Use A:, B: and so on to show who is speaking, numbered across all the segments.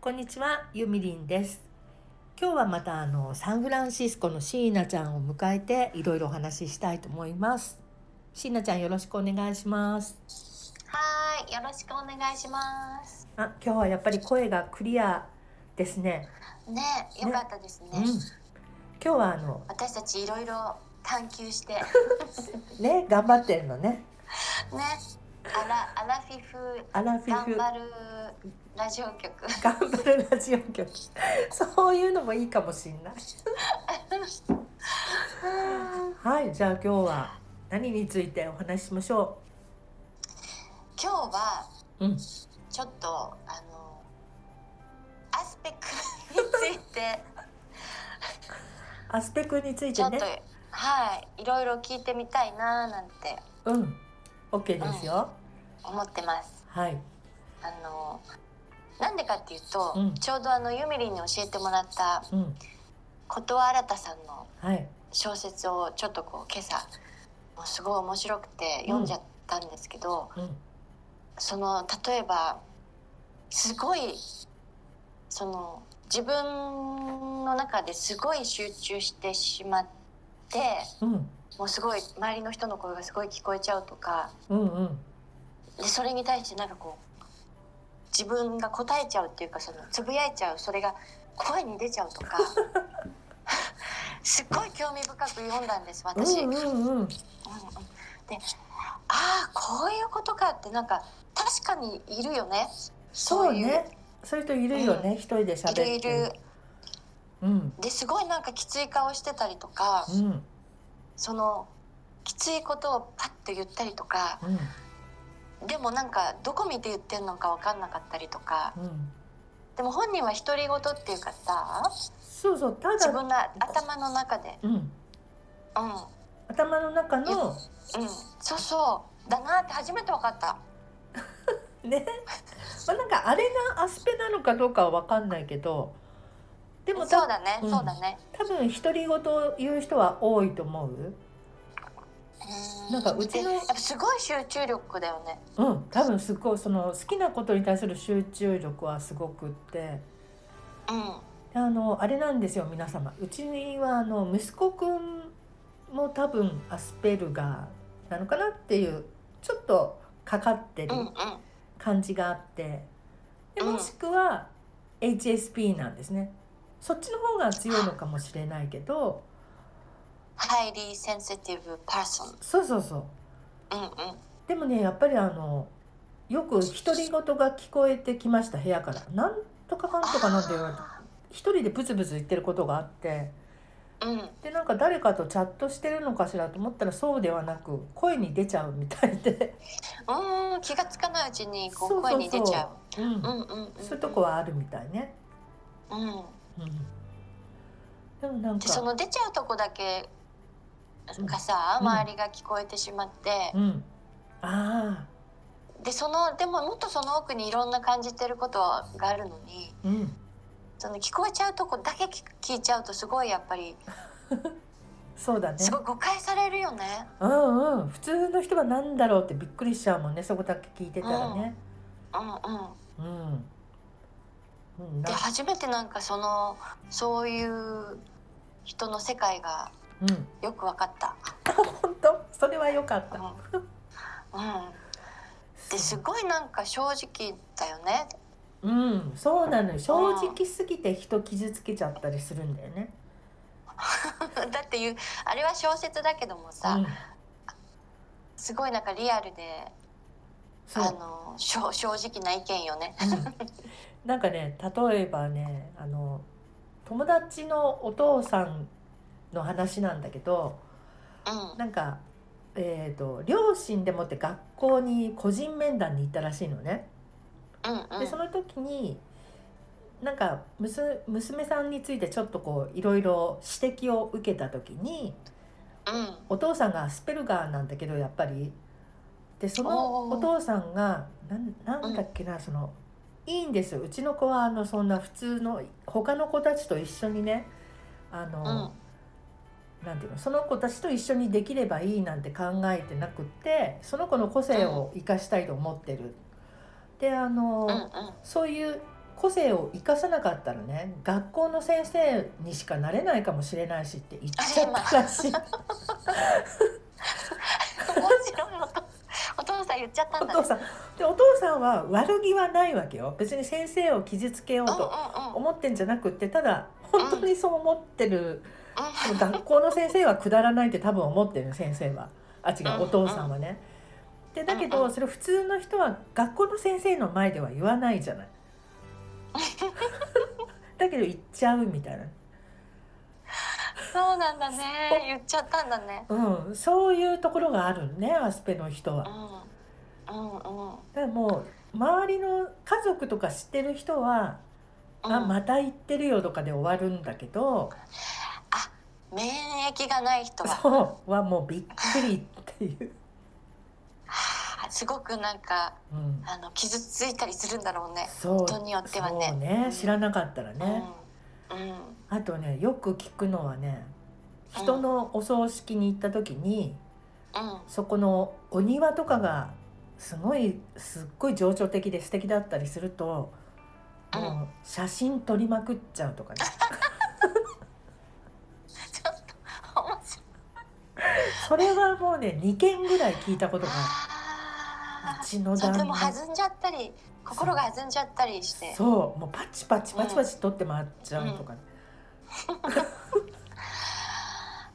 A: こんにちは、ゆみりんです。今日はまたあのサンフランシスコのシーナちゃんを迎えていろいろお話ししたいと思います。シーナちゃんよろしくお願いします。
B: はーい、よろしくお願いします。
A: あ、今日はやっぱり声がクリアですね。
B: ね、よかったですね。
A: うん。今日はあの
B: 私たちいろいろ探 求して、ね、
A: ね、頑張ってるのね。
B: アラアラフィフ
A: アラフィ
B: 頑
A: フ
B: 張るラジオ局。
A: 頑張るラジオ局。そういうのもいいかもしんない。
B: 今
A: はい、じゃあ今日は何についてお話ししましょ
B: 日は
A: う。うん。
B: ちょっとあのアスペックについ て
A: アスペクについ
B: ち
A: て
B: ょっと、
A: ね。
B: はい、いろいろ聞いてみたいなーなんて
A: うん。OK ですよ。
B: 思ってます。
A: はい。
B: あのなんでかっていうと、
A: うん
B: ちょうどあのゆみりんに教えてもらった
A: うん。
B: 琴輪新さんの
A: はい。
B: 小説をちょっとこう今朝もうすごい面白くて読んじゃったんですけど、
A: うん。
B: その例えばすごいその自分の中ですごい集中してしまって
A: うん。
B: もうすごい周りの人の声がすごい聞こえちゃうとか
A: うん。うん。
B: でそれに対してなんかこう自分が答えちゃうっていうかそのつぶやいちゃうそれが声に出ちゃうと か すっごい興味深く読んだんです私。
A: うん。うん。うん。
B: うんうんでああこういうことかってなんか確かにいるよね
A: そう
B: いう
A: ね。それといるよね。一人で喋
B: い
A: って
B: るいる
A: うん。
B: ですごいなんかきつい顔してたりとか、
A: うん。うん。
B: そのきついことをパッと言ったりとかでもなんかどこ見て言ってんのか分かんなかったりとか
A: うん。
B: でも本人は独り言っていうかさ
A: そうそう。た
B: 自
A: だ。
B: 分の頭の中で
A: うん。
B: うんうん
A: 頭の中の。
B: そうそうだなって初めて分かった
A: ね。 まあ、なんかあれがアスペなのかどうかはわかんないけど。でも、
B: そう
A: た、
B: だね、
A: うん
B: そうだね
A: 多分独り言を言う人は多いと思う。
B: う
A: なんかうちの
B: でやっぱすごい集中力だよね
A: うん、多分すごいその好きなことに対する集中力はすごくって
B: うん
A: あのあれなんですよ皆様うちにはあの息子くんも多分アスペルガーなのかなっていうちょっとかかってる
B: うんうん
A: 感じがあってで
B: うん
A: もしくは HSP なんですねそっちの方が強いのかもしれないけど
B: highly sensitive person
A: そうそうそう
B: うんうん
A: でもねやっぱりあのよく独り言が聞こえてきました部屋から「なんとかかんとか」なんて言われて一人でブツブツ言ってることがあって
B: うん
A: でなんか誰かとチャットしてるのかしらと思ったらそうではなく声に出ちゃうみたい で、
B: うーん気がつかないうちにこ
A: そうそうそ
B: う
A: う
B: 声に出ちゃ
A: う、
B: ううんんうんうん
A: そういうとこはあるみたいね。
B: うん
A: でもなん
B: でそ
A: か、
B: の出ちゃうとこだけがさ
A: うん
B: 周りが聞こえてしまって
A: う、ん、ああ、
B: でそのでももっとその奥にいろんな感じてることがあるのに
A: うん、
B: その聞こえちゃうとこだけ聞聞いちゃうとすごいやっぱり
A: そうだね。
B: すごい誤解されるよね。
A: うんうん、普通の人は何だろうってびっくりしちゃうもんね。そこだけ聞いてたらね。
B: うんうん
A: うん。うん、な
B: で初めてなんかそのそういう人の世界が
A: うん、
B: よく分かった。
A: 本当、それは良かっ
B: う
A: た。
B: んうん、ですごいなんか正直だよね。
A: うん、そうなのよ。正直すぎて人傷つけちゃったりするんだよね。
B: だっていうあれは小説だけどもさ、
A: うん、
B: すごいなんかリアルで
A: そう
B: あのしょ正直な意見よね。
A: うんなんかね例えばねあの友達のお父さんの話なんだけど
B: うんうん
A: なんか、えー、と両親でもって学校に個人面談に行ったらしいのね。
B: うん
A: でその時になんかむす娘さんについてちょっとこういろいろ指摘を受けた時に
B: うん
A: お父さんがアスペルガーなんだけどやっぱりでその
B: おー
A: お父さんがなんなんだっけな、そのいいんですようちの子はあのそんな普通の他の子たちと一緒にねあの、なんていうのその子たちと一緒にできればいいなんて考えてなくってその子の個性を生かしたいと思ってる。であの、
B: うんうん
A: そういう個性を生かさなかったらね学校の先生にしかなれないかもしれないしって言っちゃったらしい
B: 面白い お父お父さん言っちゃった
A: お
B: んだ
A: 父
B: ね
A: さんでお父さんは悪気はないわけよ別に先生を傷つけよう
B: うんうん
A: と
B: うんうん
A: 思ってんじゃなくってただ本当にそう思ってる、その学校の先生はくだらないって多分思ってる先生はあ違
B: うん
A: うお父さんはね。でだけどそれ普通の人は学校の先生の前では言わないじゃ ない。だけど言っちゃうみたいな。
B: そうなんだね言っちゃったんだね
A: うん、そういうところがあるねアスペの人は
B: う。んうんうん
A: だからもう周りの家族とか知ってる人は「あ
B: うん
A: また行ってるよ」とかで終わるんだけど
B: 免疫がない人は
A: そうはもうびっくりっていう。
B: はあすごくなんか
A: うん、
B: あの傷ついたりするんだろうね
A: そう
B: 人によってはね
A: そう
B: うん
A: 知らなかったらね、
B: うんうん
A: あとねよく聞くのはね
B: うん
A: 人のお葬式に行った時に、
B: うん
A: そこのお庭とかがすごいすっごい情緒的で素敵だったりすると、
B: うん
A: もう写真撮りまくっちゃうとかね
B: ちょっと面白い
A: それはもうね2件ぐらい聞いたことがあ
B: あ
A: るう
B: ー
A: ちの
B: そ
A: 旦
B: れでも
A: 那
B: 弾んじゃったり心が弾んじゃったりして
A: そうもうパチパチパチパチ撮って回っちゃうとかね、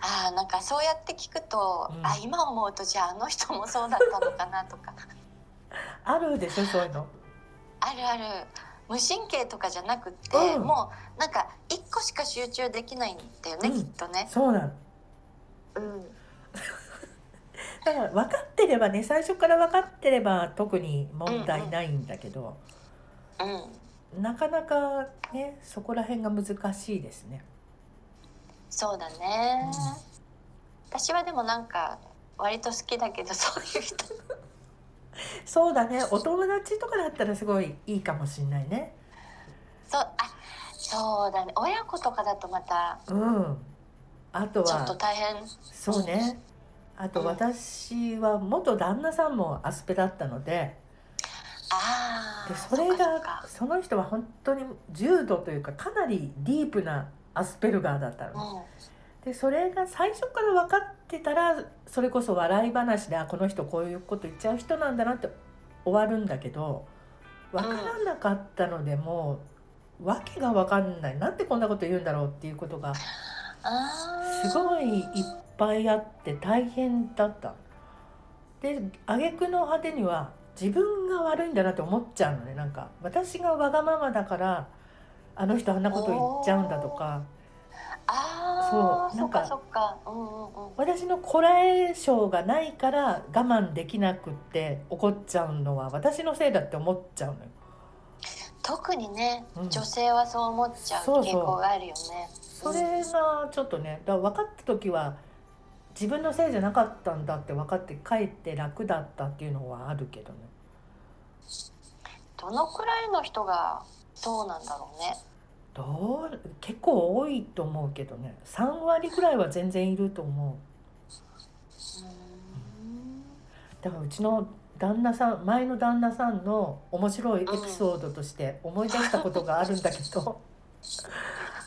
B: あーなんかそうやって聞くと、
A: うん
B: あ今思うとじゃああの人もそうだったのかなとか
A: あるでしょそういうの。
B: あるある無神経とかじゃなくって、
A: うん
B: もうなんか一個しか集中できないんだよね、
A: うん
B: きっとね。
A: そうなの
B: うん
A: だから分かってればね最初から分かってれば特に問題ないんだけど、
B: うん
A: なかなかねそこら辺が難しいですね。
B: そうだね、
A: うん
B: 私はでもなんか割と好きだけどそういう人
A: そうだねお友達とかだったらすごいいいかもしんないね。
B: そうあそうだね親子とかだとまた
A: うん、あと
B: ちょっと
A: は
B: 大変
A: そうねあと私は元旦那さんもアスペだったので
B: ああ
A: でそれ
B: う
A: が
B: か
A: その人は本当に重度というかかなりディープなアスペルガーだったの
B: そうか
A: ね。
B: うん
A: でそれが最初から分かってたらそれこそ笑い話であこの人こういうこと言っちゃう人なんだなって終わるんだけど分からなかったので、もう訳が分かんないなんでこんなこと言うんだろうっていうことがす
B: あー
A: ごいいっぱいあって大変だった。で挙句の果てには自分が悪いんだなって思っちゃうのねなんか私がわがままだからあの人あんなこと言っちゃうんだとか。
B: あー
A: そうな
B: そ
A: ん
B: っ
A: か
B: かそっかうんうんうん
A: 私のこらえ性がないから我慢できなくって怒っちゃうのは私のせいだって思っちゃうのよ。
B: 特にね、
A: うん
B: 女性はそう思っちゃう
A: そうそう
B: 傾向があるよね
A: それがちょっとねだから分かった時は自分のせいじゃなかったんだって分かって帰って楽だったっていうのはあるけどね
B: どのくらいの人がそうなんだろうね
A: どう結構多いと思うけどね3割ぐらいは全然いると思う。だからうちの旦那さん前の旦那さんの面白いエピソードとして思い出したことがあるんだけど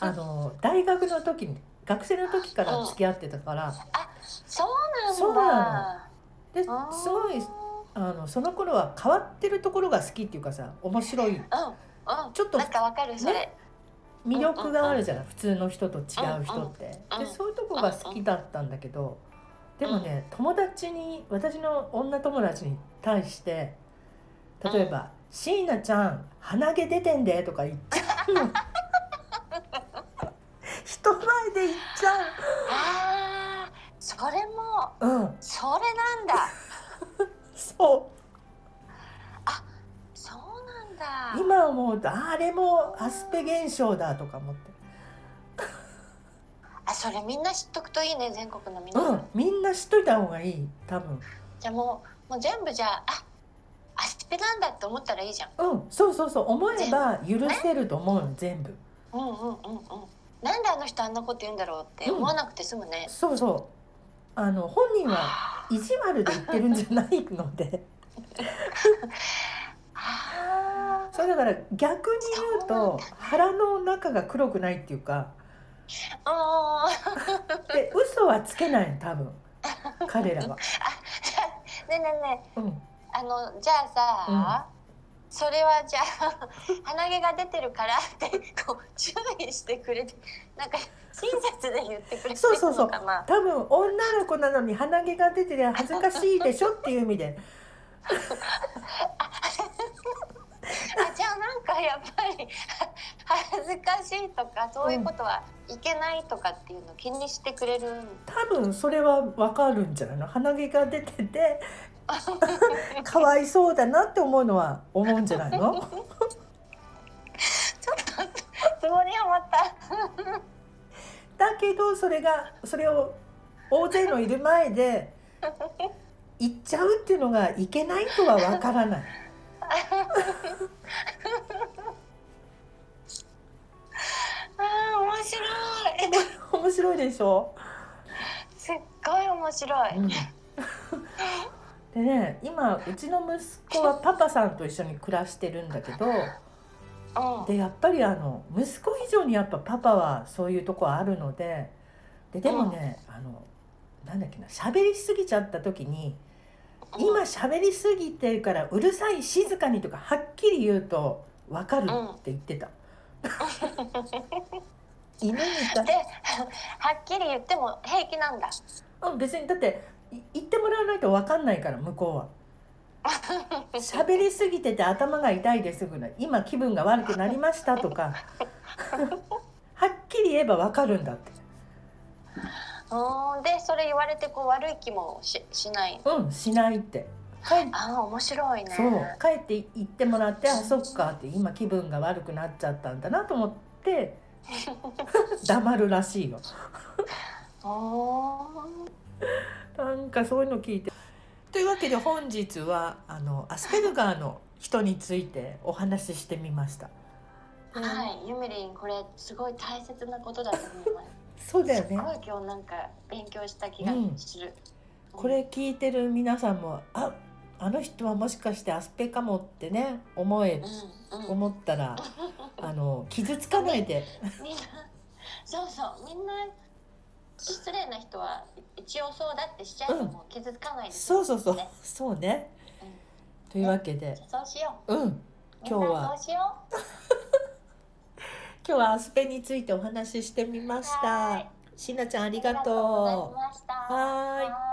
A: あの大学の時に学生の時から付き合ってたから
B: そ
A: そうう
B: な
A: なんです
B: だあー
A: ごいあのその頃は変わってるところが好きっていうかさ面白い
B: うんうん
A: ちょっと
B: なんかわかるそれ、
A: 魅力があるじゃない普通の人と違う人って。
B: うん
A: でそういうとこが好きだったんだけどでもね友達に私の女友達に対して例えば「椎名ちゃん鼻毛出てんで」とか言っちゃうの 人前で言っちゃ
B: ああそれも
A: ううん
B: それなんだ
A: そ
B: そうなんだ
A: う今思うとああれもアスペ現象だとか思って
B: あそれみんな知っとくといいね全国の皆さん、
A: うんみんな知っといた方がいい多分
B: じゃあもうもう全部じゃああアスペなんだって思ったらいいじゃん
A: うんそうそうそう思えば許せると思うの全部
B: うんうんうんうんなんであの人あんなこと言うんだろうって思わなくて済むね、
A: そうそうあの本人は
B: あ
A: 意地悪で言ってるんじゃないので
B: あー
A: それだから逆に言うと腹の中が黒くないっていうか
B: あ
A: で嘘はつけない多分彼らは。
B: ねえねえねえ
A: うん
B: あのじゃあさ、それはじゃあ鼻毛が出てるからってこう注意してくれてなんか親切で言ってくれてるのかな
A: そうそうそう多分女の子なのに鼻毛が出てて恥ずかしいでしょっていう意味で
B: あじゃあなんかやっぱり は恥ずかしいとかそういうことはいけないとかっていうのを気にしてくれる、
A: 多分それはわかるんじゃないの鼻毛が出ててかわいそうだなって思うのは思うんじゃないの
B: つぼにはまった
A: だけどそれがそれを大勢のいる前で言っちゃうっていうのがいけないとはわからない。
B: あー面白いえ
A: 面白いでしょ、
B: すっごい面白い、
A: うんでね今うちの息子はパパさんと一緒に暮らしてるんだけど
B: うん
A: でやっぱりあの息子以上にやっぱパパはそういうとこあるのでででもね、あのなんだっけな喋りすぎちゃった時に「今喋りすぎてるからうるさい静かに」とかはっきり言うと「分かる」って言ってた。犬みたい
B: で はっきり言っても平気なんだ
A: うん別にだってい言ってもらわないと分かんないから向こうは。喋りすぎてて頭が痛いですぐらい今気分が悪くなりましたとかはっきり言えばわかるんだって
B: うんでそれ言われてこう悪い気もししない
A: うんしないって帰っ
B: あー面白いね
A: そう帰って行ってもらってあそっかって今気分が悪くなっちゃったんだなと思って 黙るらしいよ
B: お
A: なんかそういうの聞いてというわけで本日はあのアスペルガーの人についてお話ししてみました、
B: はいゆみりんこれすごい大切なことだと思います
A: そうだよ
B: す
A: ね
B: ごい今日なんか勉強した気がする、
A: これ聞いてる皆さんもああの人はもしかしてアスペかもってね思え
B: うんうん、
A: 思ったらあの傷つかないで
B: みんなそうそうみんな失礼な人は一応そうだってしちゃえばもう傷つかないです、
A: そうそうそうそうねというわけで
B: じゃあそうしよ
A: うん
B: う
A: 今日は
B: みんなそうしよ
A: 今日はアスペについてお話ししてみま
B: う
A: した
B: はーい
A: しなちゃんありが
B: ありがとうござい
A: とう
B: ました
A: はーい
B: ーい